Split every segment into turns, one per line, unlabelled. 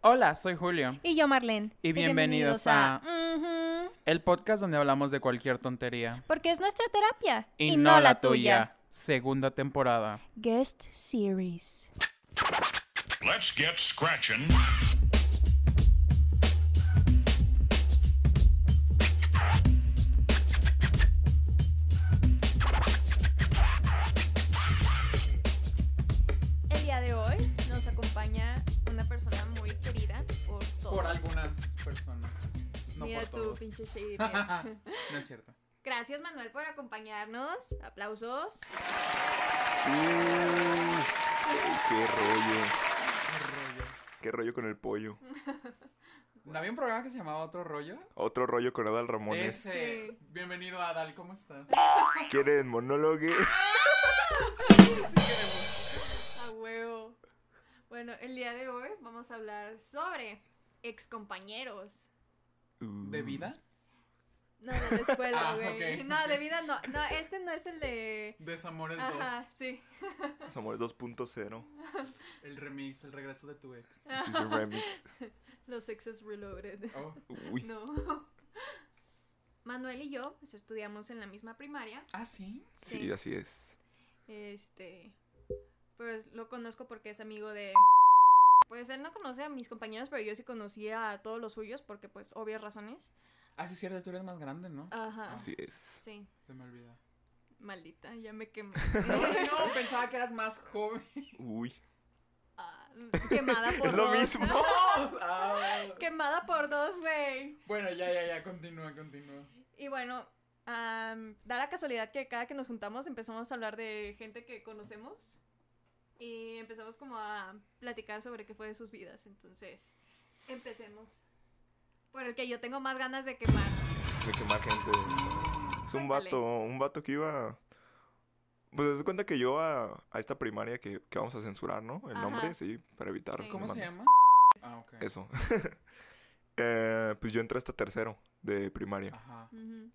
Hola, soy Julio.
Y yo, Marlene.
Y bienvenidos a- El podcast donde hablamos de cualquier tontería.
Porque es nuestra terapia.
Segunda temporada.
Guest Series.
Let's get scratching.
El día de hoy nos acompaña una persona muy querida por todos.
Por algunas personas. No
Mira
por
tú,
todos.
pinche shady.
no es cierto.
Gracias, Manuel, por acompañarnos. Aplausos.
qué rollo. Qué rollo con el pollo.
¿No había un programa que se llamaba Otro Rollo?
Otro rollo con Adal Ramones.
Ese.
Sí.
Bienvenido, Adal, ¿cómo estás?
¿Quieren monólogo?
A huevo. Bueno, el día de hoy vamos a hablar sobre excompañeros.
Mm.
¿De vida?
No, de la escuela,
Ah,
güey.
ok.
No, de vida no. No, este no es el de.
Desamores 2.
Ajá, sí.
Somos 2.0.
El remix, el regreso de tu ex.
This is the remix.
Los exes reloaded.
Oh.
Uy.
No. Manuel y yo pues, estudiamos en la misma primaria.
Ah, sí.
Sí, así es.
Este. Pues lo conozco porque es amigo de. Pues él no conoce a mis compañeros, pero yo sí conocía a todos los suyos porque, pues, obvias razones.
Ah, sí, es cierto, tú eres más grande, ¿no?
Ajá.
Así es.
Sí.
Se me olvida.
Maldita, ya me quemé.
no, pensaba que eras más joven.
Uy.
Ah, quemada por
Es lo
dos.
mismo.
¡No! Ah.
Quemada por dos, güey.
Bueno, ya, ya, ya, continúa, continúa.
Y bueno, am, da la casualidad que cada que nos juntamos empezamos a hablar de gente que conocemos y empezamos como a platicar sobre qué fue de sus vidas. Entonces, empecemos. Por el que yo tengo más ganas de quemar.
Me quemar gente. Es un
Cuéntale.
vato, un vato que iba. Pues se das cuenta que yo a, a esta primaria que, que vamos a censurar, ¿no? El
Ajá.
nombre, sí, para evitar.
Sí.
¿Cómo se
demandas.
llama? Ah, ok.
Eso. Eh, pues yo entré hasta tercero de primaria.
Ajá.
Ujú.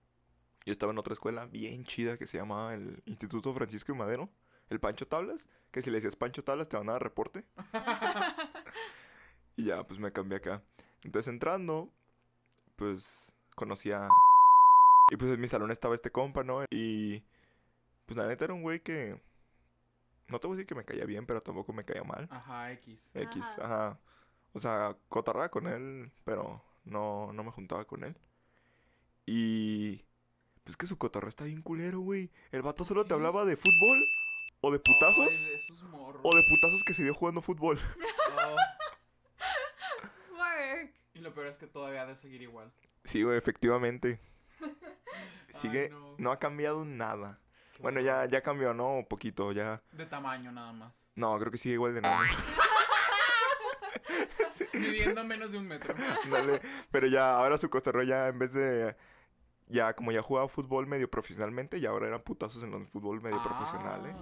Yo estaba en otra escuela bien chida que se llamaba el Instituto Francisco y Madero, el Pancho Tablas, que si le decías Pancho Tablas te van a dar reporte. y ya, pues me cambié acá. Entonces entrando, pues conocí a... Y pues en mi salón estaba este compa, ¿no? Y pues la neta era un güey que... No te voy a decir que me caía bien, pero tampoco me caía mal.
Ajá, X.
X,
Ajá.
ajá. O sea, cotarraba con él, pero no, no me juntaba con él. Y. Pues que su cotorreo está bien culero, güey. El vato solo
qué?
te hablaba de fútbol, o de putazos,
Ay, de esos morros.
o de putazos que se dio jugando fútbol.
Oh,
Work.
Y lo peor es que todavía ha de seguir igual.
Sí, güey, efectivamente.
Ay,
Sigue,
no.
no. ha cambiado nada.
Qué
Bueno, ya, ya cambió, ¿no? Un poquito, ya.
De tamaño nada más.
No, creo que sigue igual de nada.
Midiendo menos de un metro.
Ándale, Pero ya, ahora su cotorreo ya en vez de. Ya, como ya jugaba fútbol medio profesionalmente, y ahora eran putazos en los fútbol medio profesional, ¿eh?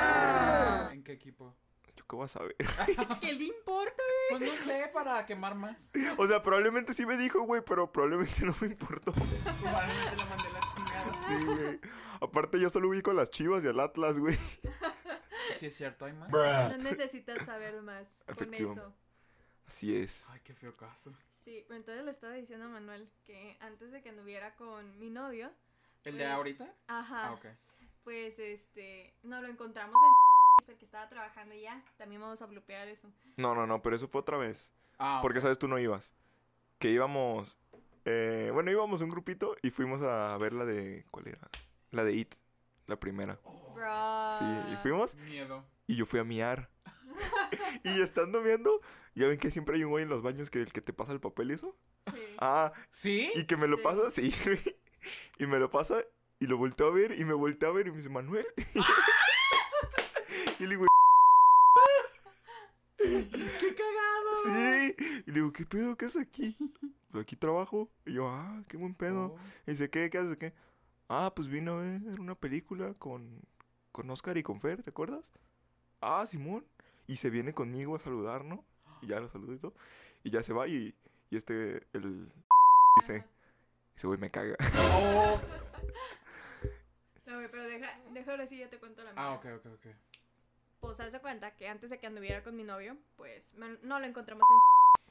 Ah. ¿En qué equipo?
¿Yo qué voy a saber?
¿Qué le importa?
Pues no sé, para quemar más.
O sea, probablemente sí me dijo, güey, pero probablemente no me importó. Sí,
Probablemente la mandé la chingada.
güey. Aparte, yo solo ubico a las chivas y al Atlas, güey.
Sí, es cierto, hay más.
No necesitas saber más con
Efectivo.
eso.
Así es.
Ay, qué feo caso.
Sí, pero entonces le estaba diciendo a Manuel que antes de que anduviera con mi novio,
¿El de
Pues-
ahorita?
ajá,
Ah, ok.
pues este, no lo encontramos en porque estaba trabajando ya. También vamos a bloquear eso.
No, no, no, pero eso fue otra vez.
Ah,
Porque, ¿sabes? Tú no ibas. Que íbamos... eh, bueno, íbamos un grupito y fuimos a ver la de... ¿Cuál era? La de It. La primera.
oh,
Bro.
Sí, y
Ah.
fuimos
Miedo.
y yo fui a miar. y estando viendo, ya ven que siempre hay un güey en los baños que el que te pasa el papel y eso.
Sí.
Ah,
¿Sí?
Y que me lo
Sí.
pasa, sí, güey. Y me lo pasa y lo volteo a ver y me volteo a ver y me dice, Manuel. y le digo,
¡Qué cagado!
sí. Y le digo, ¿qué pedo? ¿Qué haces aquí? Pues aquí trabajo. Y yo, ah, qué buen pedo.
Oh.
Y dice, ¿qué? ¿Qué haces? ¿Qué? Ah, pues vine a ver una película con, con Oscar y con Fer, ¿te acuerdas? Ah, Simón. Y se viene conmigo a saludar, ¿no? Y ya lo saludo y todo. Y ya se va y, y este, el... Dice, ese güey me caga.
Oh.
No, güey, pero deja, deja ahora sí, ya te cuento la mía.
Ah, ok, ok, ok.
Pues haz de cuenta que antes de que anduviera con mi novio, pues me- no lo encontramos en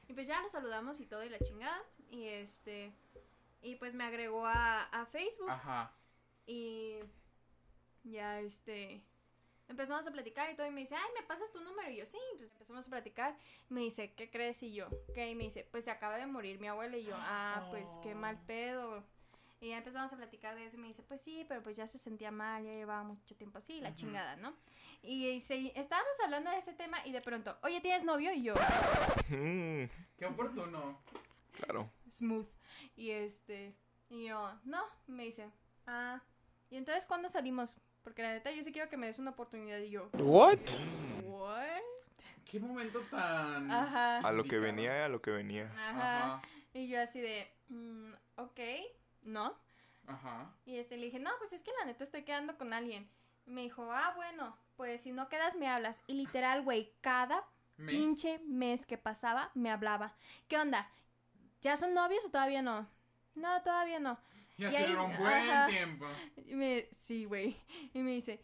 Y pues ya nos saludamos y todo y la chingada. Y este. Y pues me agregó a, a Facebook.
Ajá.
Y ya este. Empezamos a platicar y todo. Y me dice, ay, ¿me pasas tu número? Y yo, sí. Pues empezamos a platicar. Me dice, ¿qué crees? Y yo, ¿qué? Y me dice, pues se acaba de morir mi abuela. Y yo, ah, pues qué mal pedo. Y ya empezamos a platicar de eso. Y me dice, pues sí, pero pues ya se sentía mal. Ya llevaba mucho tiempo así. La
Ujú.
chingada, ¿no? Y, y se- estábamos hablando de ese tema. Y de pronto, oye, ¿tienes novio? Y yo,
Mm,
Qué oportuno.
claro.
smooth. Y este, y yo, no, me dice, ah, ¿y entonces cuándo salimos? Porque la neta, yo sí quiero que me des una oportunidad. Y yo,
What?
Mm,
¿what?
Qué momento tan.
Ajá.
A lo que
Complicado.
venía, a lo que venía.
Ajá.
Mm. Ajá.
Y yo así de, mm, ok, no.
Ajá.
Y este, le dije, no, pues es que la neta estoy quedando con alguien. Y me dijo, ah, bueno, pues si no quedas me hablas. Y literal, güey, cada
Mes.
pinche mes que pasaba, me hablaba. ¿Qué onda? ¿Ya son novios o todavía no? No, todavía no.
Ya
y
se
ahí-
dieron buen
ajá.
tiempo.
Y me, sí, güey. Y me dice,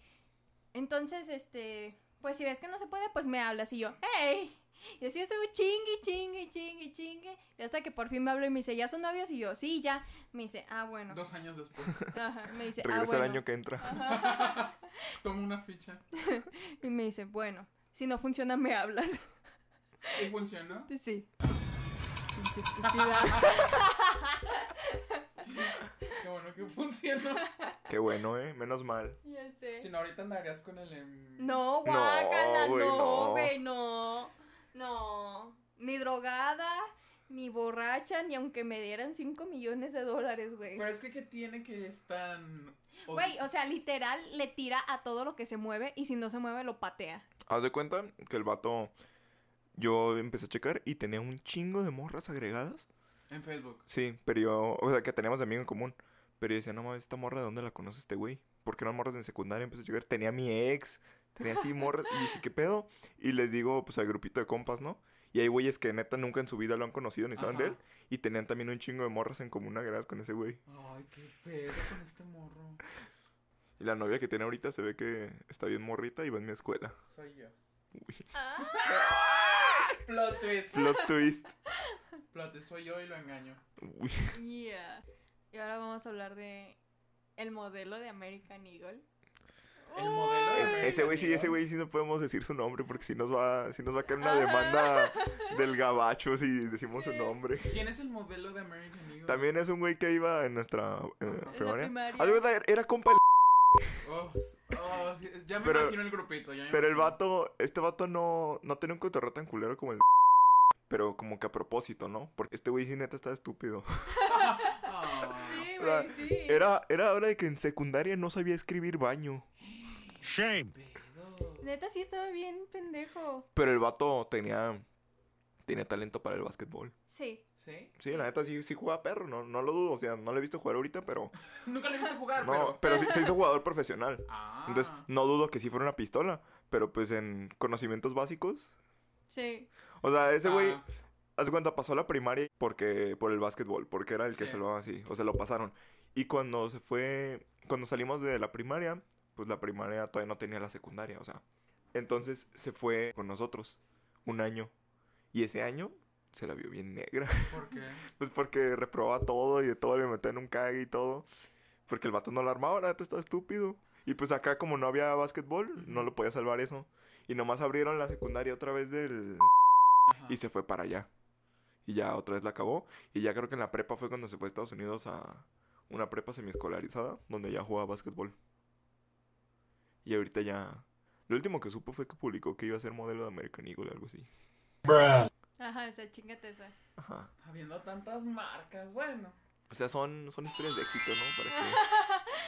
entonces, este, pues si ves que no se puede, pues me hablas. Y yo, hey. Y así estuvo chingue, chingue, chingue, chingue. Y hasta que por fin me habló y me dice, ¿ya son novios? Y yo, sí, ya. Me dice, ah, bueno.
Dos años después.
Ajá, Me dice, ah,
Regresa
bueno.
el año que entra.
Toma una ficha.
Y me dice, bueno, si no funciona, me hablas.
¿Y funcionó?
Sí. Pinche estúpida.
Qué bueno que funcionó.
Qué bueno, ¿eh? Menos mal.
ya sé.
Si no, ahorita andarías con el. em,
No, guácala,
güey,
no,
no.
güey, no, no, Ni drogada, ni borracha, ni aunque me dieran 5 millones de dólares, güey.
Pero es que, ¿qué tiene que es tan. od-
Güey, o sea, literal le tira a todo lo que se mueve y si no se mueve lo patea.
Haz de cuenta que el vato. Yo empecé a checar y tenía un chingo de morras agregadas.
En Facebook.
Sí, pero yo. O sea, que teníamos amigos en común. Pero yo decía, no mames, esta morra, ¿de dónde la conoce este güey? Porque eran morras de mi secundaria. Empecé a checar. Tenía a mi ex. Tenía así morras. Y dije, ¿qué pedo? Y les digo, pues al grupito de compas, ¿no? Y hay güeyes que neta nunca en su vida lo han conocido ni saben de
Ajá.
él. Y tenían también un chingo de morras en común agregadas con ese güey.
Ay, qué pedo con este morro.
Y la novia que tiene ahorita se ve que está bien morrita y va en mi escuela.
Soy yo.
Ah,
Plot twist.
Plot twist.
Plot twist, soy yo y lo engaño.
Uy,
yeah. Y ahora vamos a hablar de el modelo de American Eagle.
El modelo de
Uy.
American
Ese güey sí, ese güey sí no podemos decir su nombre porque si nos va, si nos va a caer una demanda del gabacho si decimos su
Ah. Sí.
nombre.
¿Quién es el modelo de American Eagle?
También es un güey que iba en nuestra eh,
En la
primaria.
primaria.
Haz de cuenta, era- era compa, del
Oh, oh, ya me
Pero-
imagino el grupito. Ya me
pero el
imagino.
vato, este vato no, no tenía un cotorreo tan culero como el pero como que a propósito, ¿no? Porque este güey sí neta está estúpido.
Ah.
Sí,
O sea,
güey, sí.
Era, era hora de que en secundaria no sabía escribir baño.
Shame.
Pedo.
Neta sí estaba bien pendejo.
Pero el vato tenía, tenía talento para el básquetbol.
Sí.
¿Sí?
Sí, la neta sí, sí juega perro, no, no lo dudo. O sea, no lo he visto jugar ahorita, pero.
Nunca le he visto jugar,
No,
Ah, pero.
pero sí, se hizo jugador profesional.
Ah.
Entonces, no dudo que sí fuera una pistola. Pero pues en conocimientos básicos.
Sí.
O sea, ese güey,
Ah,
hace cuando pasó la primaria porque por el básquetbol, porque era el que
Sí.
se lo así. O sea, lo pasaron. Y cuando se fue. Cuando salimos de la primaria, pues la primaria todavía no tenía la secundaria. O sea. Entonces se fue con nosotros. Un año. Y ese año se la vio bien negra.
Ah, ¿Por qué?
Pues porque reprobaba todo y de todo le metían un cague y todo. Porque el vato no lo armaba, la neta estaba estúpido. Y pues acá como no había básquetbol, no
Ujú.
lo podía salvar eso. Y nomás abrieron la secundaria otra vez del...
Ajá.
Y se fue para allá. Y ya otra vez la acabó. Y ya creo que en la prepa fue cuando se fue a Estados Unidos a una prepa semiescolarizada, donde ya jugaba básquetbol. Y ahorita ya... Lo último que supo fue que publicó que iba a ser modelo de American Eagle o algo así.
Ajá, esa chingate esa.
Ajá.
Habiendo tantas marcas, bueno.
O sea, son, son historias de éxito, ¿no? Para que...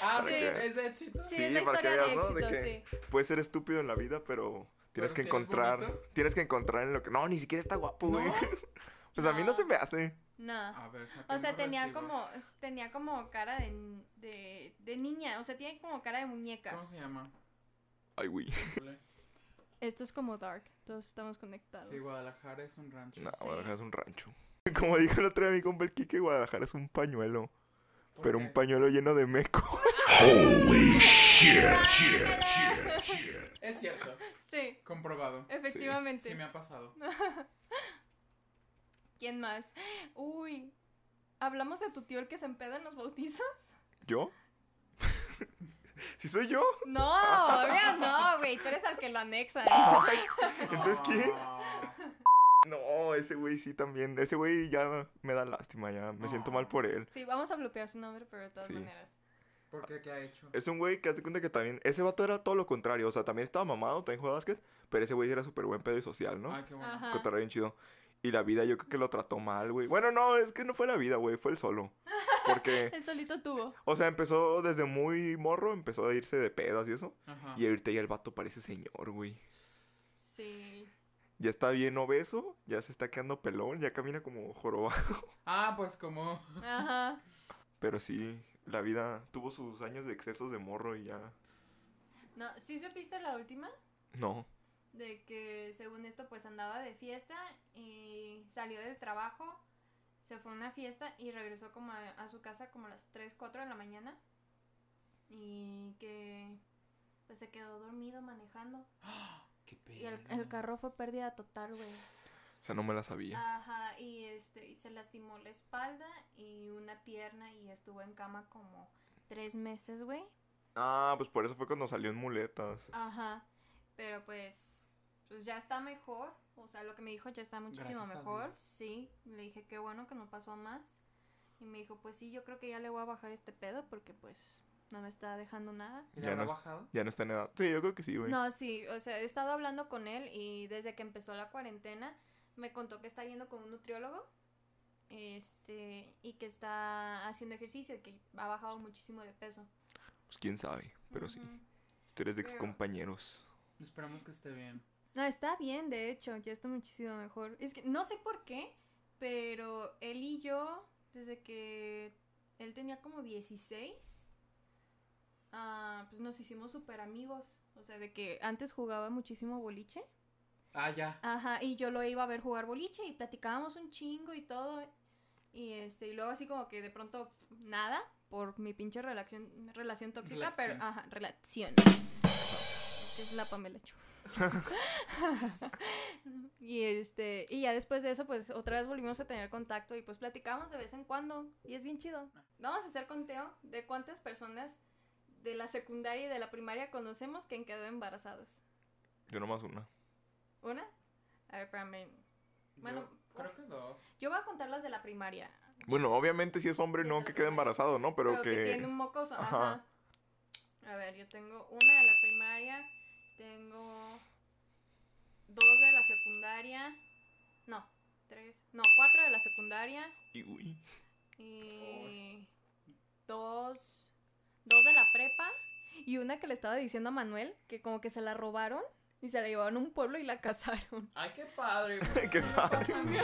Ah,
Para
sí,
que-
es de éxito.
Sí,
Sí,
es la
para que
historia de
veas, ¿no? De
éxito,
que-
sí.
Puedes ser estúpido en la vida, pero tienes
Pero
que
si eres
encontrar.
bonito.
tienes que encontrar en lo que. No, ni siquiera está guapo, güey.
¿No?
pues a mí no
No.
se me hace.
No.
Ah,
A ver, saquemos
O sea, tenía
recibos.
como, tenía como cara de, ni- de, de niña, o sea, tiene como cara de muñeca.
¿Cómo se llama?
Ay, güey.
Esto es como Dark, todos estamos conectados.
Sí, Guadalajara es un rancho.
No,
Sí.
Guadalajara es un rancho. Como dijo el otro día mi compa el Kike, Guadalajara es un pañuelo.
¿Por
Pero
qué?
un pañuelo lleno de meco.
Holy shit.
Es cierto,
Sí,
comprobado.
efectivamente.
Sí me ha pasado.
¿Quién más? Uy, ¿hablamos de tu tío el que se empeda en los bautizos?
¿Yo? ¿Si soy yo?
No, obvio, no, güey, tú eres al que lo anexa.
¿Entonces quién?
Ah,
No, ese güey sí también. Ese güey ya me da lástima, ya me siento
Ah.
mal por él.
Sí, vamos a bloquear su nombre, pero de todas
Sí.
maneras.
¿Por qué? ¿Qué ha hecho?
Es un güey que hace cuenta que también. Ese vato era todo lo contrario. O sea, también estaba mamado, también jugaba básquet. Pero ese güey era súper buen pedo y social, ¿no?
Ay, qué bueno.
Ajá.
Cotorreo bien chido. Y la vida yo creo que lo trató mal, güey. Bueno, no, es que no fue la vida, güey. Fue el solo. Porque,
El solito tuvo.
o sea, empezó desde muy morro, empezó a irse de pedas y eso.
Ajá.
Y ahorita ya el vato parece señor, güey.
Sí.
Ya está bien obeso, ya se está quedando pelón, ya camina como jorobado.
Ah, pues como...
Ajá.
Pero sí, la vida tuvo sus años de excesos de morro y ya.
No, ¿sí supiste la última?
No.
De que según esto pues andaba de fiesta y salió del trabajo, se fue a una fiesta y regresó como a, a su casa como a las 3, 4 de la mañana. Y que pues se quedó dormido manejando.
¡Ah! Qué pedo.
Y el, el carro fue pérdida total, güey.
O sea, no me la
Ah.
sabía.
Ajá, y este, y se lastimó la espalda y una pierna y estuvo en cama como tres meses, güey.
Ah, pues por eso fue cuando salió en muletas.
Ajá, pero pues, pues ya está mejor. O sea, lo que me dijo ya está muchísimo
Gracias a
mejor.
Dios.
Sí, le dije qué bueno que no pasó a más. Y me dijo, pues sí, yo creo que ya le voy a bajar este pedo porque pues no me está dejando nada.
¿Y
Ya
la habrá
no-
bajado?
Ya no está en edad. Sí, yo creo que sí, güey.
No, sí, o sea, he estado hablando con él y desde que empezó la cuarentena me contó que está yendo con un nutriólogo este y que está haciendo ejercicio y que ha bajado muchísimo de peso.
Pues quién sabe, pero sí.
Ujú.
Historias de
Pero-
excompañeros.
Esperamos que esté bien.
No, está bien, de hecho, ya está muchísimo mejor. Es que no sé por qué, pero él y yo, desde que él tenía como 16, ah, pues nos hicimos súper amigos. O sea, de que antes jugaba muchísimo boliche.
Ah, ya.
Ajá, y yo lo iba a ver jugar boliche y platicábamos un chingo y todo. Y este, y luego así como que de pronto nada por mi pinche relación, relación tóxica,
Relación.
pero ajá, relación. Que es la Pamela Chu. y este, y ya después de eso, pues otra vez volvimos a tener contacto y pues platicábamos de vez en cuando. Y es bien chido. Vamos a hacer conteo de cuántas personas de la secundaria y de la primaria conocemos que han quedado embarazadas.
Yo nomás una.
¿Una? A ver, espérame. Bueno,
Yo creo que dos.
Yo voy a contar las de la primaria.
Bueno, obviamente si es hombre
Sí,
no
es
que
el
quede
primero.
embarazado, ¿no? Pero,
Pero, que... tiene un mocoso. Ajá.
Ajá.
A ver, yo tengo una de la primaria. Tengo dos de la secundaria. No, tres. No, cuatro de la secundaria.
Y, uy,
Y dos. Dos de la prepa. Y una que le estaba diciendo a Manuel que como que se la robaron y se la llevaron a un pueblo y la casaron.
Ay, qué padre. pues,
Qué
no me
padre.
pasa a mí.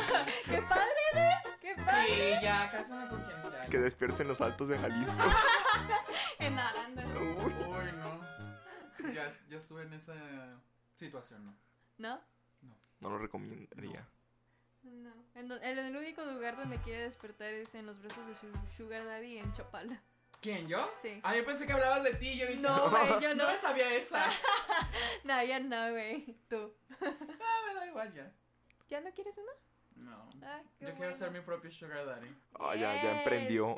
¡Qué padre, güey! ¡Qué padre!
Sí, ya, cásame con quien sea.
que despierten los altos de Jalisco.
En Aranda.
Uy.
Uy, no. Ya, es- ya estuve en esa situación, ¿no?
¿No?
No lo recomendaría.
No, en do- el, el único lugar donde quiere despertar es en los brazos de su sugar daddy en Chapala.
¿Quién, yo?
Sí.
Ah, yo pensé que hablabas de ti. Yo dije,
No, güey, yo no.
No sabía esa.
No, ya no, güey. Tú.
Ah, me da igual ya.
¿Ya no quieres uno?
No. Yo
Ay, Ah, qué
quiero ser mi
bueno.
propio sugar daddy.
Ah, ya, ya
Yes,
emprendió.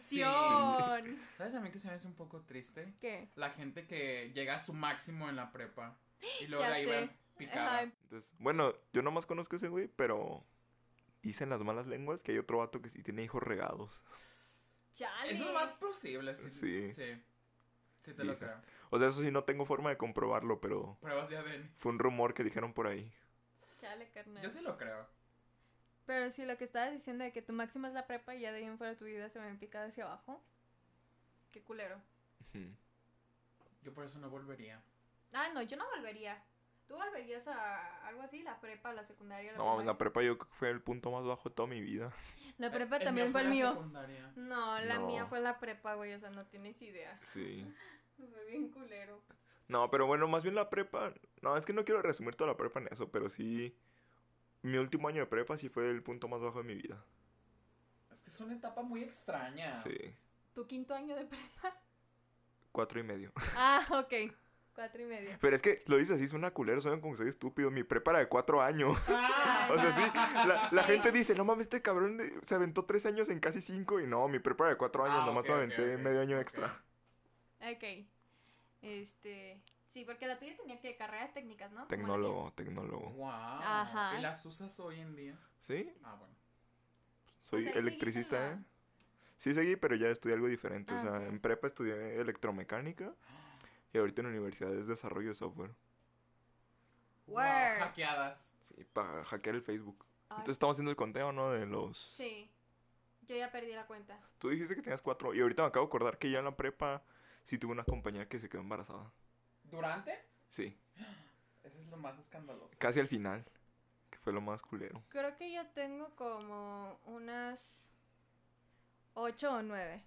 Evolución.
¿Sabes a mí que se me hace un poco triste?
¿Qué?
La gente que llega a su máximo en la prepa y luego
Ya
de ahí va
sé.
picada.
Ajá.
Entonces, bueno, yo nomás conozco a ese güey, pero dicen las malas lenguas que hay otro vato que sí tiene hijos regados.
Chale.
Eso es más posible, sí.
Sí.
Sí. Sí, te lo
Dicen.
creo.
O sea, eso sí no tengo forma de comprobarlo, pero
Pruebas de ADN.
fue un rumor que dijeron por ahí.
Chale, carnal.
Yo sí lo creo.
Pero si lo que estabas diciendo de que tu máxima es la prepa y ya de ahí en fuera tu vida se ven picada hacia abajo. Qué culero.
Ujú.
Yo por eso no volvería.
Ah, no, yo no volvería. ¿Tú volverías a algo así? ¿La prepa, la secundaria? La
No, mames,
primaria?
la prepa yo creo que fue el punto más bajo de toda mi vida.
La prepa
El
también fue el
la
mío.
secundaria.
No, la
No.
mía fue la prepa, güey, o sea, no tienes idea.
Sí.
Fue bien culero.
No, pero bueno, más bien la prepa. No, es que no quiero resumir toda la prepa en eso, pero sí. Mi último año de prepa sí fue el punto más bajo de mi vida.
Es que es una etapa muy extraña.
Sí.
¿Tu quinto año de prepa?
Cuatro y medio.
Ah, ok. Cuatro y media.
Pero es que lo dices así, suena culero, suena como que soy estúpido. Mi prepara de cuatro años.
Ah.
O sea, sí, la, la
Sí.
gente dice, no mames, este cabrón de- se aventó tres años en casi cinco. Y no, mi prepara de cuatro años,
Ah,
nomás
ok,
me
ok,
aventé
ok,
medio año
ok.
extra.
Ok. Este. Sí, porque la tuya tenía que carreras técnicas, ¿no? Como la mía.
Tecnólogo, tecnólogo.
Wow.
Ajá.
¿Y las usas hoy en día?
¿Sí?
Ah, bueno.
Soy
sea, ¿y seguiste en
electricista,
la-
¿eh? Sí seguí, pero ya estudié algo diferente.
Ah,
o sea,
ok.
en prepa estudié electromecánica y ahorita en la universidad es desarrollo de software.
Wow,
Word.
hackeadas.
Sí, para hackear el Facebook.
Ay.
Entonces estamos haciendo el conteo, ¿no? De los...
Sí. Yo ya perdí la cuenta.
Tú dijiste que tenías cuatro y ahorita me acabo de acordar que ya en la prepa sí tuve una compañera que se quedó embarazada.
¿Durante?
Sí,
Eso es lo más escandaloso.
casi al final, que fue lo más culero.
Creo que yo tengo como unas ocho o nueve.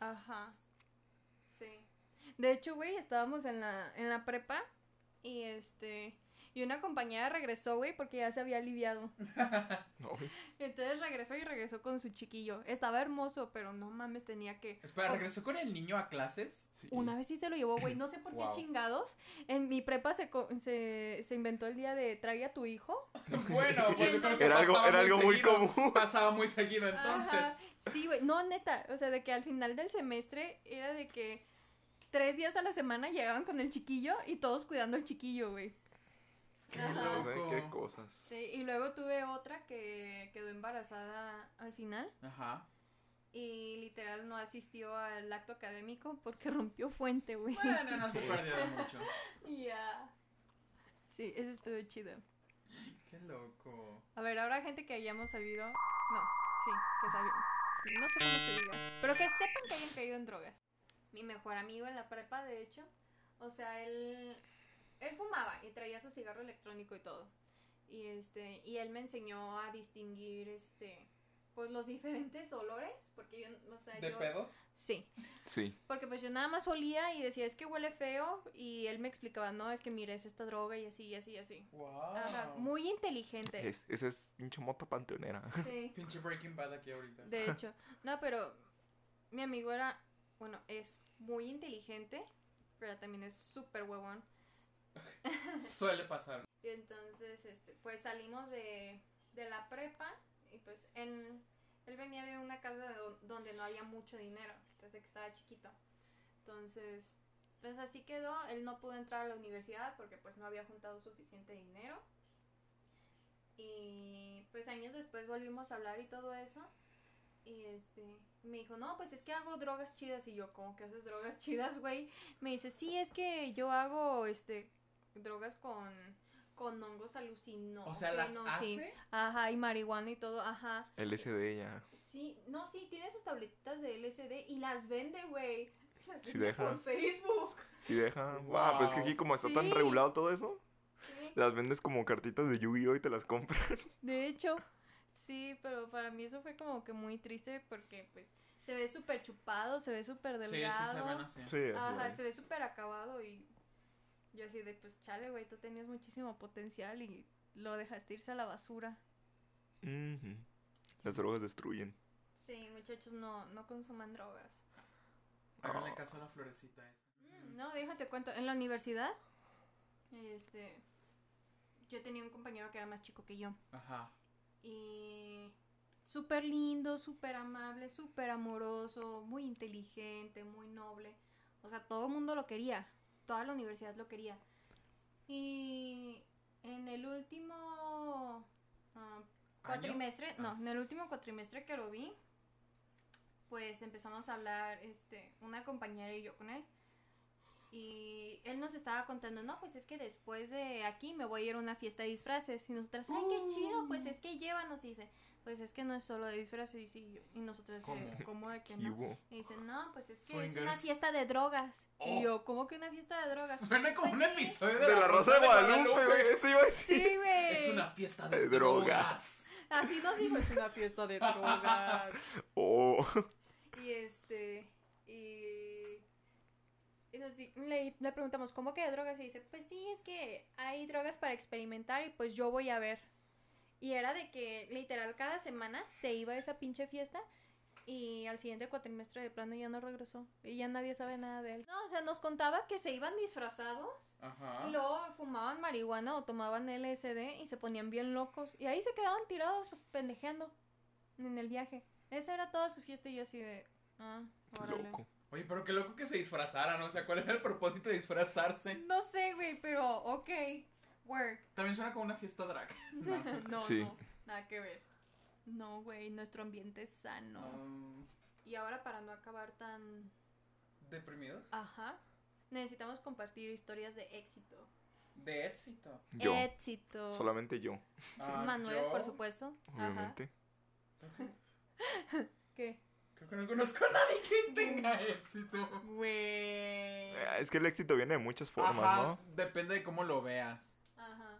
Ajá. Sí. De hecho, güey, estábamos en la, en la prepa y este. Y una compañera regresó, güey, porque ya se había aliviado.
No, güey.
Entonces regresó y regresó con su chiquillo. Estaba hermoso, pero no mames, tenía que.
Espera, ¿regresó con el niño a clases?
Sí.
Una vez sí se lo llevó, güey. No sé por qué
Wow.
chingados. En mi prepa se, co- se, se inventó el día de trae a tu hijo.
Bueno, pues yo creo que
Era algo-
pasaba
era algo muy
seguido,
común.
Pasaba muy seguido entonces.
Ajá, Sí, güey. No, neta. O sea, de que al final del semestre era de que tres días a la semana llegaban con el chiquillo y todos cuidando al chiquillo, güey.
Qué
No
Ajá.
sé
loco.
qué cosas.
Sí, y luego tuve otra que quedó embarazada al final
Ajá.
y literal no asistió al acto académico porque rompió fuente, güey.
Bueno, no se perdieron mucho.
Ya. Sí, eso estuvo chido.
Qué loco.
A ver, ahora gente que hayamos sabido. No, sí, que sabido. No sé cómo se diga. Pero que sepan que hayan caído en drogas. Mi mejor amigo en la prepa, de hecho. O sea, él. Él fumaba y traía su cigarro electrónico y todo. Y este. Y él me enseñó a distinguir este. Pues los diferentes olores. Porque yo. O sea,
¿De
yo-
pedos?
Sí.
Sí,
Porque pues yo nada más olía y decía, es que huele feo. Y él me explicaba, no, es que mira, es esta droga y así, y así, y así.
Wow.
Ajá, muy inteligente.
es, esa es pinche mota panteonera.
Sí.
Pinche Breaking Bad aquí ahorita.
De hecho, no, pero mi amigo era, bueno, es muy inteligente, pero también es súper huevón.
Suele pasar.
Y entonces, este, pues salimos de, de la prepa y pues en- él venía de una casa de don- donde no había mucho dinero, desde que estaba chiquito. Entonces, pues así quedó, él no pudo entrar a la universidad porque pues no había juntado suficiente dinero. Y pues años después volvimos a hablar y todo eso. Y este, me dijo, no, pues es que hago drogas chidas. Y yo, ¿cómo que haces drogas chidas, güey? Me dice, sí, es que yo hago, este, drogas con, con hongos alucinógenos.
o sea, las hace.
sí. Ajá, y marihuana y todo, ajá.
LSD ya.
Sí, no, sí, tiene sus tabletitas de LSD y las vende, güey. Las
Sí,
vende
deja.
por Facebook.
Si deja... Guau, pues es que
Wow.
aquí como está tan
Sí.
regulado todo eso,
Sí.
las vendes como cartitas de Yu-Gi-Oh y te las compran.
De hecho, sí, pero para mí eso fue como que muy triste porque pues se ve súper chupado, se ve súper
Sí, sí, se ven
delgado.
así.
Sí, así
Ajá,
es.
se ve súper acabado y yo así de pues chale, güey, tú tenías muchísimo potencial y lo dejaste irse a la basura.
Ujú. Las drogas destruyen.
Sí, muchachos, no, no consuman drogas.
Háganle
Oh.
caso a la florecita esa.
Mm, No, déjate cuento. En la universidad, este, yo tenía un compañero que era más chico que yo.
Ajá.
Y súper lindo, súper amable, súper amoroso, muy inteligente, muy noble. O sea, todo el mundo lo quería. Toda la universidad lo quería. Y en el último ah, cuatrimestre, no,
Ah.
en el último cuatrimestre que lo vi, pues empezamos a hablar, este, una compañera y yo con él. Y él nos estaba contando, no, pues es que después de aquí me voy a ir a una fiesta de disfraces. Y nosotras, ay, qué
Oh.
chido, pues es que llévanos. Y dice, pues es que no es solo de disfraces. Y, sí, yo- y nosotras,
¿Cómo?
eh, ¿cómo de que
Y
no?
hubo-
Y dice, no, pues es que es una
Swingers.
fiesta de drogas.
Oh.
Y yo, ¿cómo que una fiesta de drogas?
Suena como
Pues
un
sí.
episodio de,
De la Rosa de Guadalupe, güey, eso iba a decir.
Sí, güey.
Es una fiesta de,
De
drogas.
drogas.
Así nos dijo, es una fiesta de drogas.
Oh,
Y este. Y. y nos di- le, le preguntamos, ¿cómo que de drogas? Y dice, pues sí, es que hay drogas para experimentar y pues yo voy a ver. Y era de que literal cada semana se iba a esa pinche fiesta Y al siguiente cuatrimestre de plano ya no regresó. Y ya nadie sabe nada de él. No, o sea, nos contaba que se iban disfrazados.
Ajá.
Y luego fumaban marihuana o tomaban LSD y se ponían bien locos. Y ahí se quedaban tirados pendejeando en el viaje. Esa era toda su fiesta y yo así de... Ah,
Qué
órale.
loco.
Oye, pero qué loco que se disfrazaran, ¿no? o sea, ¿cuál era el propósito de disfrazarse?
No sé, güey, pero ok. Work.
También suena como una fiesta drag. No, pues,
no,
Ah, Sí.
no, nada que ver. No, güey, nuestro ambiente es sano.
Ah.
um,
Y ahora para no acabar tan...
¿Deprimidos?
Ajá. Necesitamos compartir historias de éxito.
De éxito.
Yo.
Éxito.
Solamente yo,
Ah,
Manuel,
yo
por supuesto. Ajá.
obviamente.
Creo que,
¿Qué?
creo que no conozco a nadie que tenga éxito.
Güey.
Eh, Es que el éxito viene de muchas formas,
Ajá,
¿no?
depende de cómo lo veas.
Ajá.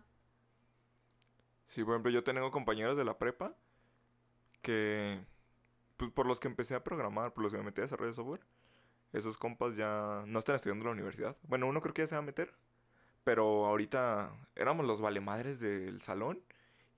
Sí, por ejemplo, yo tengo compañeros de la prepa que, pues por los que empecé a programar, por los que me metí a desarrollo de software, esos compas ya no están estudiando en la universidad. Bueno, uno creo que ya se va a meter, pero ahorita éramos los valemadres del salón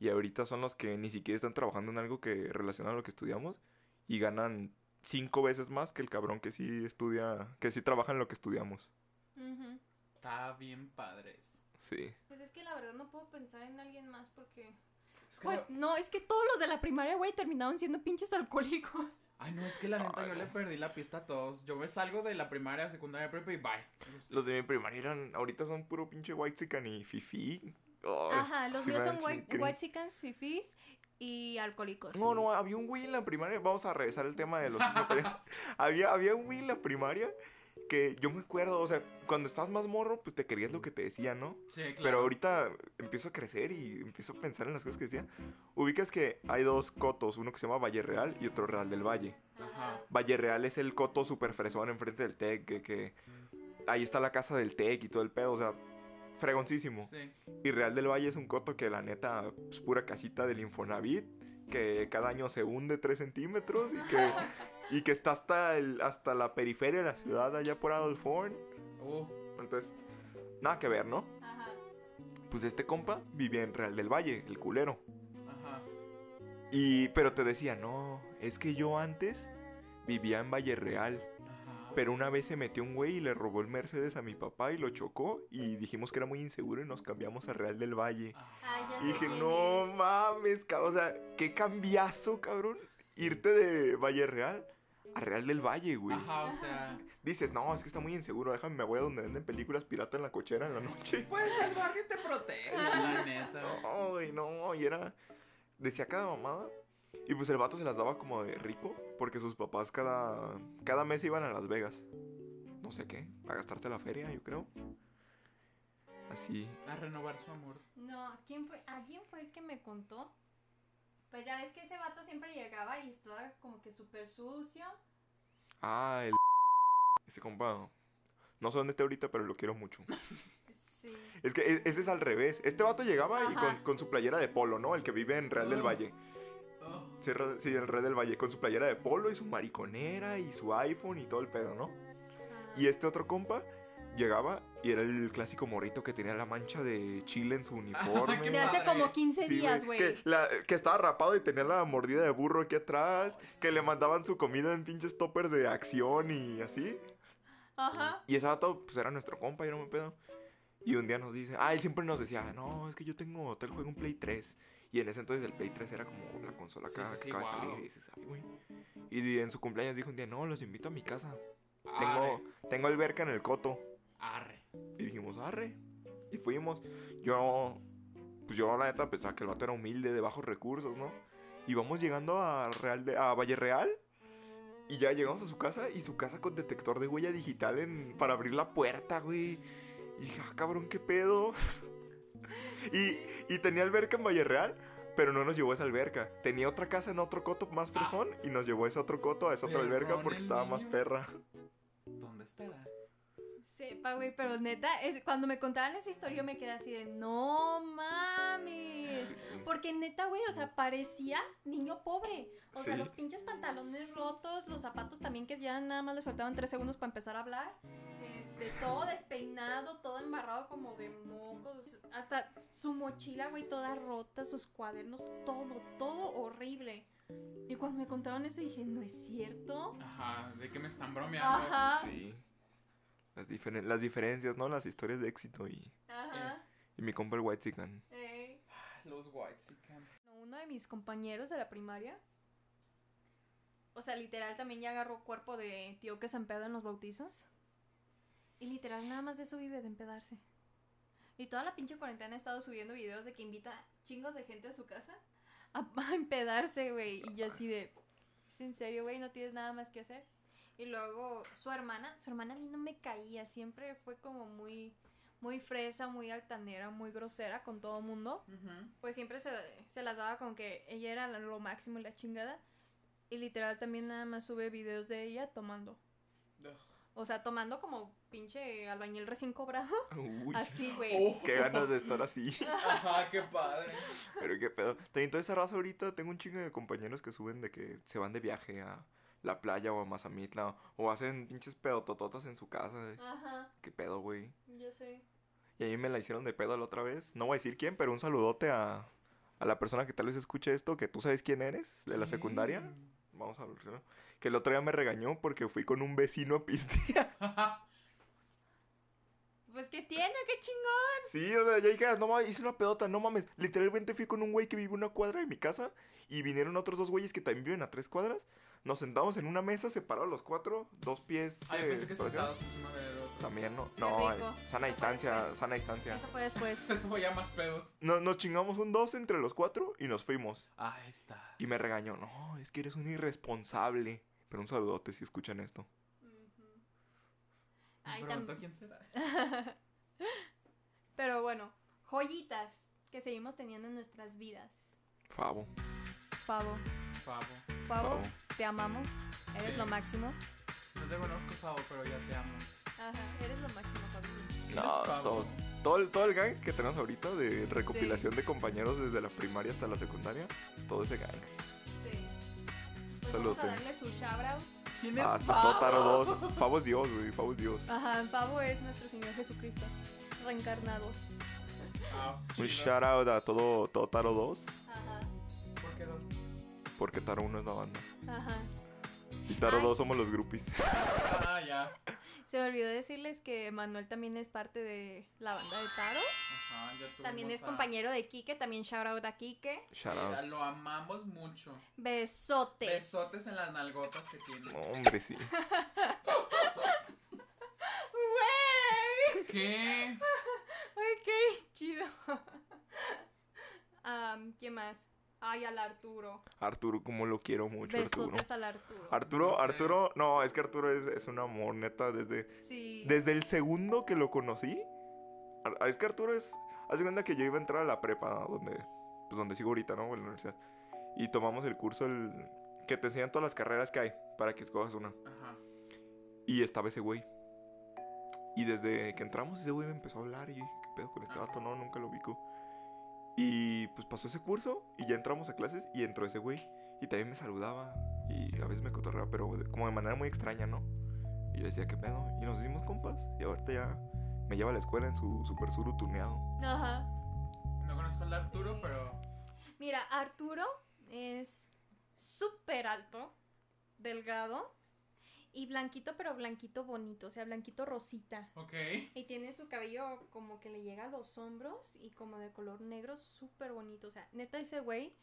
y ahorita son los que ni siquiera están trabajando en algo que relaciona a lo que estudiamos y ganan cinco veces más que el cabrón que sí estudia, que sí trabaja en lo que estudiamos.
Ujú.
Está bien padres.
Sí.
Pues es que la verdad no puedo pensar en alguien más porque...
Es que
Pues
la-
no, es que todos los de la primaria, güey, terminaron siendo pinches alcohólicos.
Ay, no, es que la neta
Ay,
yo
no.
le perdí la pista a todos. Yo ves algo de la primaria, secundaria, prepa y bye.
Los de mi primaria eran, ahorita son puro pinche whitezican y fifi.
Ajá, los míos son white, white chicans, fifís y alcohólicos.
No, no, había un güey en la primaria. Vamos a regresar el tema de los. había, había un güey en la primaria que yo me acuerdo, o sea, cuando estás más morro, pues te querías lo que te decía, ¿no?
Sí, claro.
Pero ahorita empiezo a crecer y empiezo a pensar en las cosas que decía. Ubicas que hay dos cotos, uno que se llama Valle Real y otro Real del Valle.
Ajá.
Valle Real es el coto super fresón enfrente del TEC, que, que ahí está la casa del TEC y todo el pedo, o sea, fregoncísimo.
Sí.
Y Real del Valle es un coto que la neta es pura casita del Infonavit, que cada año se hunde 3 centímetros y que, y que está hasta, el, hasta la periferia de la ciudad, allá por Adolfón.
Uh,
Entonces, nada que ver, ¿no?
Ajá.
Pues este compa vivía en Real del Valle, el culero.
ajá.
Y, pero te decía, no, es que yo antes vivía en Valle Real.
Ajá.
Pero una vez se metió un güey y le robó el Mercedes a mi papá y lo chocó y dijimos que era muy inseguro y nos cambiamos a Real del Valle.
Ay, Ah, ya
Y dije,
quién
no
es".
mames, cabrón, o sea, qué cambiazo, cabrón, irte de Valle Real a Real del Valle, güey.
Ajá, o sea.
Dices, no, es que está muy inseguro, déjame, me voy a donde venden películas pirata en la cochera en la noche.
Pues el barrio te protege, la neta.
Ay, no, y era, decía cada mamada. Y pues el vato se las daba como de rico, porque sus papás cada, cada mes iban a Las Vegas. No sé qué, a gastarte la feria, yo creo. Así.
A renovar su amor.
No, ¿quién fue? ¿Alguien fue el que me contó? Pues ya ves que ese vato siempre llegaba y estaba como que súper sucio.
Ah, el... Ese compa. No sé dónde está ahorita, pero lo quiero mucho.
Sí.
Es que e- ese es al revés. Este vato llegaba y
Ajá.
con, con su playera de polo, ¿no? El que vive en Real del
Ah.
Valle.
Oh,
Sí, Re- sí, el Real del Valle. Con su playera de polo y su mariconera y su iPhone y todo el pedo, ¿no?
Ah,
Y este otro compa llegaba y era el clásico morrito que tenía la mancha de chile en su uniforme.
qué
De hace
madre.
como 15
Sí,
días, güey.
Que, la- que estaba rapado y tenía la mordida de burro aquí atrás. Que le mandaban su comida en pinches toppers de acción y así.
Ajá.
Y ese vato, pues era nuestro compa, yo no me pedo. Y un día nos dice, ah, él siempre nos decía, no, es que yo tengo tal juego un Play 3. Y en ese entonces el Play 3 era como la consola
Sí,
que,
sí, sí,
acaba de salir.
guau.
Y dices, "Ay, güey". Y di- en su cumpleaños dijo un día, no, los invito a mi casa.
Ah,
Tengo,
Arre.
tengo alberca en el coto.
Arre.
Y dijimos, arre. Y fuimos. Yo, pues yo la neta pensaba que el vato era humilde, de bajos recursos, ¿no? Y vamos llegando a, Real de- a Valle Real. Y ya llegamos a su casa y su casa con detector de huella digital en, para abrir la puerta, güey. Y dije, ah, cabrón, qué pedo. y, y tenía alberca en Valle Real, pero no nos llevó a esa alberca. Tenía otra casa en otro coto más fresón y nos llevó a ese otro coto, a esa otra alberca
Perrón
porque
el
estaba más
niño.
perra.
¿Dónde estará?
Sepa, güey, pero neta, es, cuando me contaban esa historia yo me quedé así de, no mames. Porque neta, güey, o sea, parecía niño pobre. O sea,
Sí.
los pinches pantalones rotos, los zapatos también que ya nada más les faltaban tres segundos para empezar a hablar. Este, todo despeinado, todo embarrado como de mocos. Hasta su mochila, güey, toda rota, sus cuadernos, todo, todo horrible. Y cuando me contaron eso dije, no es cierto.
Ajá, ¿de qué me están bromeando?
Ajá.
Sí. Las, diferen- las diferencias, ¿no? Las historias de éxito y,
Ajá.
y mi compa el White Sican.
ey.
Los whites
Uno de mis compañeros de la primaria. O sea, literal también ya agarró cuerpo de tío que se empeda en los bautizos. Y literal nada más de eso vive, de empedarse. Y toda la pinche cuarentena he estado subiendo videos de que invita chingos de gente a su casa a, a empedarse, güey. Y yo así de, ¿es en serio, güey? ¿No tienes nada más que hacer? Y luego su hermana, su hermana a mí no me caía, siempre fue como muy, muy fresa, muy altanera, muy grosera con todo mundo pues siempre se, se las daba con que ella era la- lo máximo y la chingada. Y literal también nada más sube videos de ella tomando. O sea, tomando como pinche albañil recién cobrado.
Uy,
Así, güey.
qué ganas de estar así.
Ajá, qué padre.
Pero qué pedo. También toda esa raza ahorita, tengo un chingo de compañeros que suben de que se van de viaje a la playa o a Mazamitla o hacen pinches pedotototas en su casa.
Ajá,
Qué pedo, güey.
yo sé.
Y a mí me la hicieron de pedo la otra vez. No voy a decir quién, pero un saludote a, a la persona que tal vez escuche esto, que tú sabes quién eres, de la secundaria. Vamos a hablar, ¿no? Que el otro día me regañó porque fui con un vecino a pistear.
Pues que tiene, qué chingón.
Sí, o sea, ya dije, "Ah, no mames, hice una pedota, no mames. Literalmente fui con un güey que vive una cuadra de mi casa y vinieron otros dos güeyes que también viven a tres cuadras. Nos sentamos en una mesa, separados los cuatro, dos pies.
Ay,
eh,
Ah, pensé que
separación.
sentados encima del otro.
También, no,
Qué
no, eh,
rico.
sana
Eso fue
distancia,
después.
sana distancia.
Eso fue después.
Voy ya más pedos. Ah,
No- nos chingamos un dos entre los cuatro y nos fuimos.
Ahí está.
Y me regañó, no, es que eres un irresponsable. Pero un saludote si escuchan esto.
Ujú. Ay,
Me
tam-
pregunto quién será.
Pero bueno, joyitas que seguimos teniendo en nuestras vidas.
Favo,
Pavo,
Favo.
Pavo,
Pavo.
te amamos. Eres
Sí.
lo máximo.
No te conozco, Favo, pero ya te amo.
Ajá, eres lo máximo, Pavo.
¿Quién
No,
es Favo?
todo, todo el, todo el gang que tenemos ahorita de recopilación de compañeros desde la primaria hasta la secundaria, todo ese gang.
Sí. Pues
Saludos,
vamos a
eh.
darle su shout-out.
¿Quién es
Ah,
Favo?
Totaro 2. Pavo es Dios, güey, Pavo es Dios.
Ah,
Ajá, Pavo es nuestro Señor Jesucristo, reencarnado.
Ah,
Un
chido.
shout out a todo Totaro 2,
Ajá,
¿Por qué dos?
porque Taro 1 es la banda.
ajá.
Y Taro
Ay.
2 somos los groupies.
Ah, ya.
Se me olvidó decirles que Manuel también es parte de la banda de Taro.
Ajá, ya tuvimos
También es
a-
compañero de Quique, también shout out a Quique.
Sí,
Shout out.
lo amamos mucho.
Besotes.
Besotes en las nalgotas que tiene.
No, hombre, sí.
¡Güey!
¿Qué?
Ay, qué chido. Am, ¿Quién más? Ay, al Arturo.
Arturo, como lo quiero mucho, Arturo.
Besotes al Arturo.
Arturo,
No sé.
Arturo, no, es que Arturo es, es un amor, neta, desde,
sí.
Desde el segundo que lo conocí, Ar- es que Arturo es. Haz de cuenta que yo iba a entrar a la prepa, donde, pues donde sigo ahorita, ¿no? En la universidad. Y tomamos el curso el, que te enseñan todas las carreras que hay para que escojas una.
Ajá.
Y estaba ese güey. Y desde que entramos, ese güey me empezó a hablar. Y yo dije, ¿qué pedo con este
Ajá.
vato? No, nunca lo ubico. Y pues pasó ese curso y ya entramos a clases y entró ese güey. Y también me saludaba y a veces me cotorreaba, pero de- como de manera muy extraña, ¿no? Y yo decía, ¿qué pedo? Y nos hicimos compas. Y ahorita ya me lleva a la escuela en su super suru tuneado.
Ajá.
No conozco al Arturo,
Sí.
pero.
Mira, Arturo es súper alto, delgado y blanquito, pero blanquito bonito, o sea, blanquito rosita.
Ok.
Y tiene su cabello como que le llega a los hombros y como de color negro, súper bonito. O sea, neta, ese güey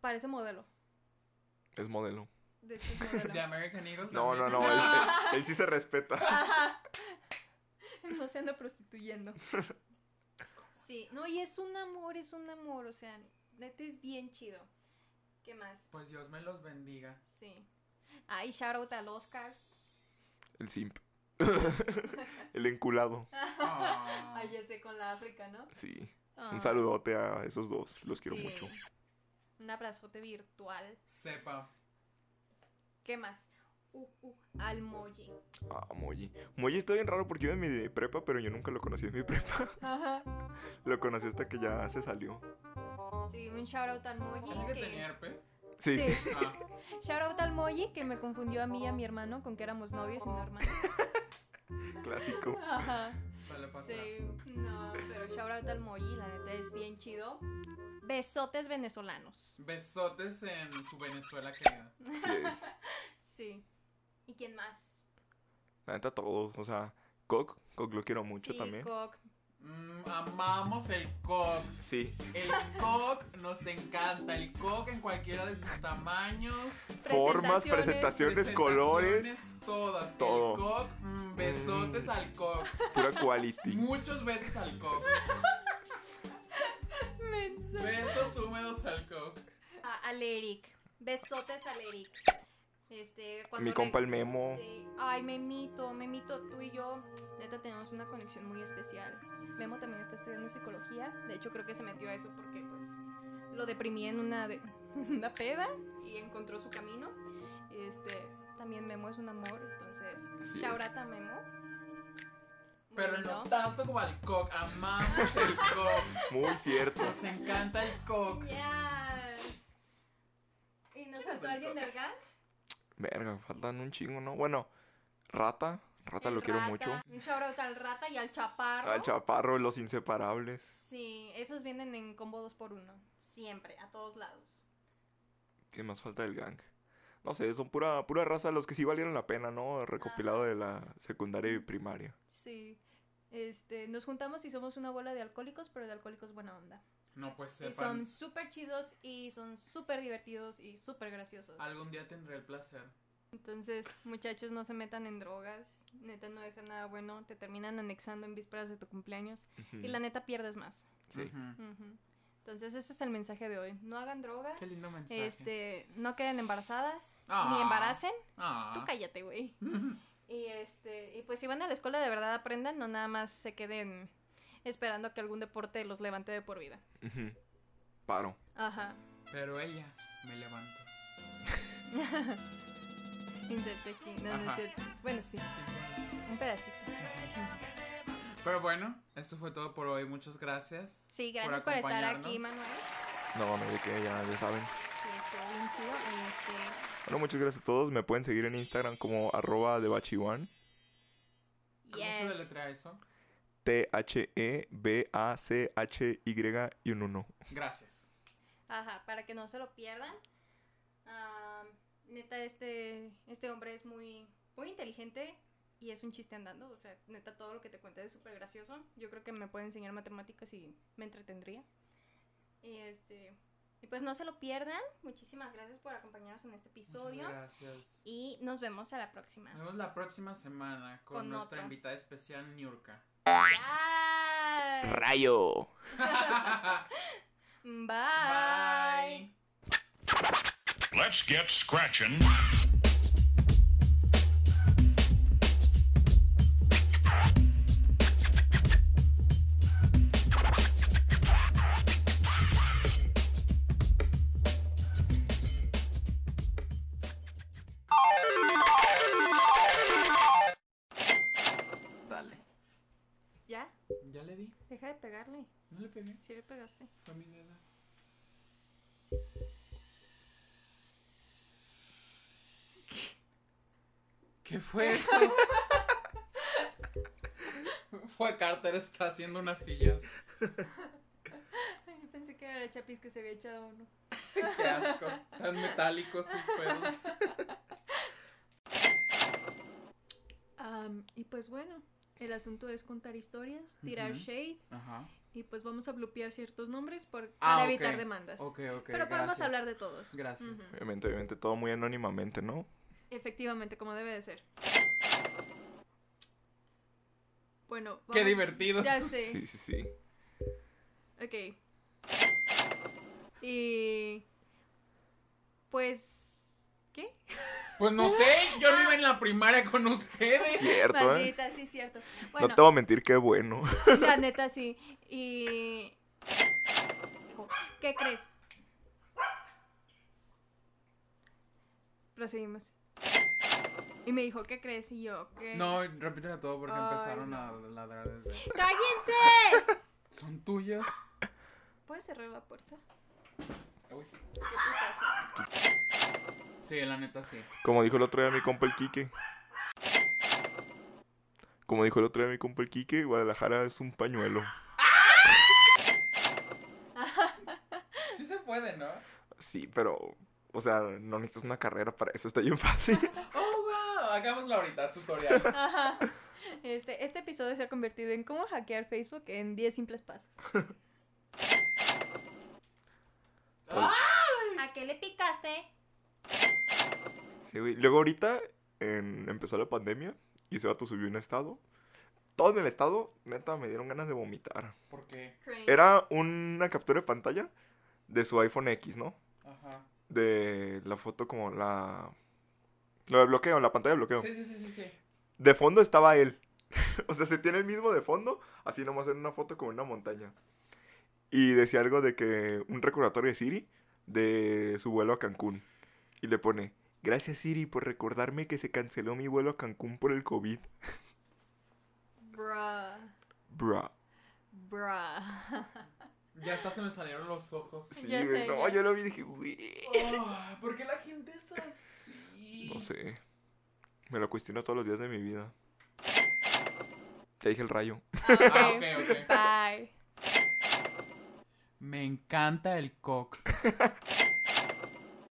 parece modelo.
Es modelo.
De hecho, es
De
modelo.
American Eagle.
No, no,
también.
no. Él, él- él sí se respeta.
Ajá. No se anda prostituyendo. Sí, no, y es un amor, es un amor. O sea, neta es bien chido. ¿Qué más?
Pues Dios me los bendiga.
Sí. Ay, shout out al Oscar.
El simp. el enculado.
Ah.
Ay, ese con la África, ¿no?
Sí.
Ah.
Un saludote a esos dos. Los quiero
Sí.
mucho.
Un abrazote virtual.
Sepa.
¿Qué más? Uh, uh, al Moji.
Ah, Moji. Moji está bien raro porque iba en mi prepa, pero yo nunca lo conocí en mi prepa.
Ajá.
Lo conocí hasta que ya se salió.
Sí, un shout out al
¿Es
Moji.
que
que-
tenía herpes?
Sí.
Sí.
Ah,
Shout out al Moji que me confundió a mí y a mi hermano con que éramos novios y no hermanos.
Clásico.
Ajá.
Suele pasar.
Sí, no, pero shout out al Moy, la neta es bien chido. Besotes venezolanos.
Besotes en su Venezuela querida.
Así es.
Sí. ¿Y quién más?
La neta, todos. O sea, Coq, Coq lo quiero mucho
sí,
también.
Cock.
Mm, amamos el cock.
Sí.
El cock nos encanta. El cock en cualquiera de sus tamaños.
Formas,
Presentaciones.
presentaciones, colores,
Todas.
todo.
El cock, mm, besotes
Mm.
al cock.
pura quality.
Muchos besos al cock.
Mensa.
Besos húmedos al cock.
A- al Eric. Besotes al Eric. Este, cuando
Mi
re-
compa el Memo.
Sí. Ay, Memito, Memito, tú y yo, neta, tenemos una conexión muy especial. Memo también está estudiando psicología. De hecho, creo que se metió a eso porque, pues, lo deprimí en una, de- una peda y encontró su camino. Este, también Memo es un amor, entonces,
Así
shout
es.
out a Memo.
Pero
Bueno,
no tanto como al cock. Amamos el cock.
Muy cierto.
Nos encanta el cock.
Yes. ¿Y nos faltó alguien del gang?
Verga, faltan un chingo, ¿no? Bueno, Rata. Rata
El
lo quiero
Rata.
mucho.
Un shout out al rata y al chaparro.
Al Chaparro, los inseparables.
Sí, esos vienen en combo 2 por 1 Siempre, a todos lados.
¿Qué más falta del gang? No sé, son pura, pura raza los que sí valieron la pena, ¿no? Recopilado de la secundaria y primaria.
Sí. Este, nos juntamos y somos una bola de alcohólicos, pero de alcohólicos buena onda.
No, pues
Y son
sepan.
súper chidos y son súper divertidos y súper graciosos.
Algún día tendré el placer.
Entonces, muchachos, no se metan en drogas. Neta, no dejan nada bueno. Te terminan anexando en vísperas de tu cumpleaños.
Mm.
Y la neta, pierdes más.
Sí.
Ujú.
Ujú. Entonces, ese es el mensaje de hoy. No hagan drogas.
Qué lindo mensaje.
Este, no queden embarazadas.
Ah.
Ni embaracen.
Ah.
Tú cállate, güey. Y este, y pues si van a la escuela de verdad aprendan, no nada más se queden esperando a que algún deporte los levante de por vida.
Ujú. Paro.
Ajá.
Pero ella me levanta.
Inserte aquí. No,
Ajá.
no es cierto. Bueno, sí, un pedacito.
Pero bueno, esto fue todo por hoy. Muchas gracias.
Sí, gracias por, estar aquí,
acompañarnos.
Manuel.
No, no, de que ya, ya saben.
Sí, estuvo bien chido. y, Este,
Bueno, muchas gracias a todos. Me pueden seguir en Instagram como arroba de
¿Cómo se
yes.
deletrea eso?
E T-H-E-B-A-C-H-Y y un 1.
Gracias.
Ajá, para que no se lo pierdan. Ah, neta, este, este hombre es muy, muy inteligente y es un chiste andando. O sea, neta, todo lo que te cuenta es súper gracioso. Yo creo que me puede enseñar matemáticas y me entretendría. Y este. Y pues no se lo pierdan. Muchísimas gracias por acompañarnos en este episodio.
Muchas gracias.
Y nos vemos a la próxima.
Nos vemos la próxima semana con,
Con
nuestra
otra.
invitada especial, Niurka.
Bye.
¡Rayo!
Bye.
Bye.
Let's get scratching.
¿Ya?
Ya le di.
Deja de pegarle.
No le pegué.
Si le pegaste.
Fue mi dedo. ¿Qué fue eso? fue Carter, está haciendo unas sillas.
Ay, yo pensé que era el chapiz que se había echado uno.
Qué asco. Tan metálicos sus pedos.
Am, y pues bueno, el asunto es contar historias, tirar
Ujú.
shade
Ajá.
y pues vamos a bloquear ciertos nombres por,
Ah,
para
ok.
evitar demandas.
Ok, ok.
Pero podemos
gracias.
hablar de todos.
Gracias.
Ujú.
Obviamente, obviamente, todo muy anónimamente, ¿no?
Efectivamente, como debe de ser. Bueno,
Qué
vamos-
divertido.
Ya sé.
Sí, sí, sí.
Ok. Y pues ¿qué?
Pues no sé, yo no iba en la primaria con ustedes.
Cierto, ¿eh?
Maldita, sí cierto. Bueno,
No te voy a mentir, qué bueno.
La neta sí. Y. ¿Qué crees? Proseguimos. Y me dijo, ¿qué crees? Y yo, ¿qué?
No, repítelo todo porque
Ay,
empezaron
no.
a ladrar desde.
¡Cállense!
¿Son tuyas?
¿Puedes cerrar la puerta?
Ah, Uy.
Qué putazo.
Sí, la neta sí.
Como dijo el otro día mi compa el Quique. Como dijo el otro día mi compa el Quique, Guadalajara es un pañuelo.
Sí se puede, ¿no?
Sí, pero, o sea, no necesitas una carrera para eso, está bien fácil.
Oh, wow. Hagámoslo ahorita, tutorial.
Pues,
Ajá. Este, este episodio se ha convertido en cómo hackear Facebook en 10 simples pasos.
Tal-
Ah.
¿A qué le picaste?
Sí, güey. Luego ahorita en- empezó la pandemia y ese vato subió un estado. Todo en el estado, neta, me dieron ganas de vomitar.
¿Por qué?
Era una captura de pantalla de su iPhone X, ¿no?
Ajá.
De la foto como la... Lo de bloqueo, la pantalla de bloqueo.
Sí, sí, sí, sí, sí.
De fondo estaba él. o sea, se tiene el mismo de fondo, así nomás en una foto como en una montaña. Y decía algo de que un recordatorio de Siri de su vuelo a Cancún. Y le pone, gracias Siri por recordarme que se canceló mi vuelo a Cancún por el COVID.
Bra.
Bruh.
Bra.
Ya hasta se me salieron los ojos.
Sí,
Ya
güey,
sé,
no,
ya.
yo lo vi y dije, güey.
Oh, ¿Por qué la gente es así?
No sé. Me lo cuestiono todos los días de mi vida. Te dije el rayo.
Ah,
Ah, ok.
ok, ok.
Bye.
Me encanta el cock.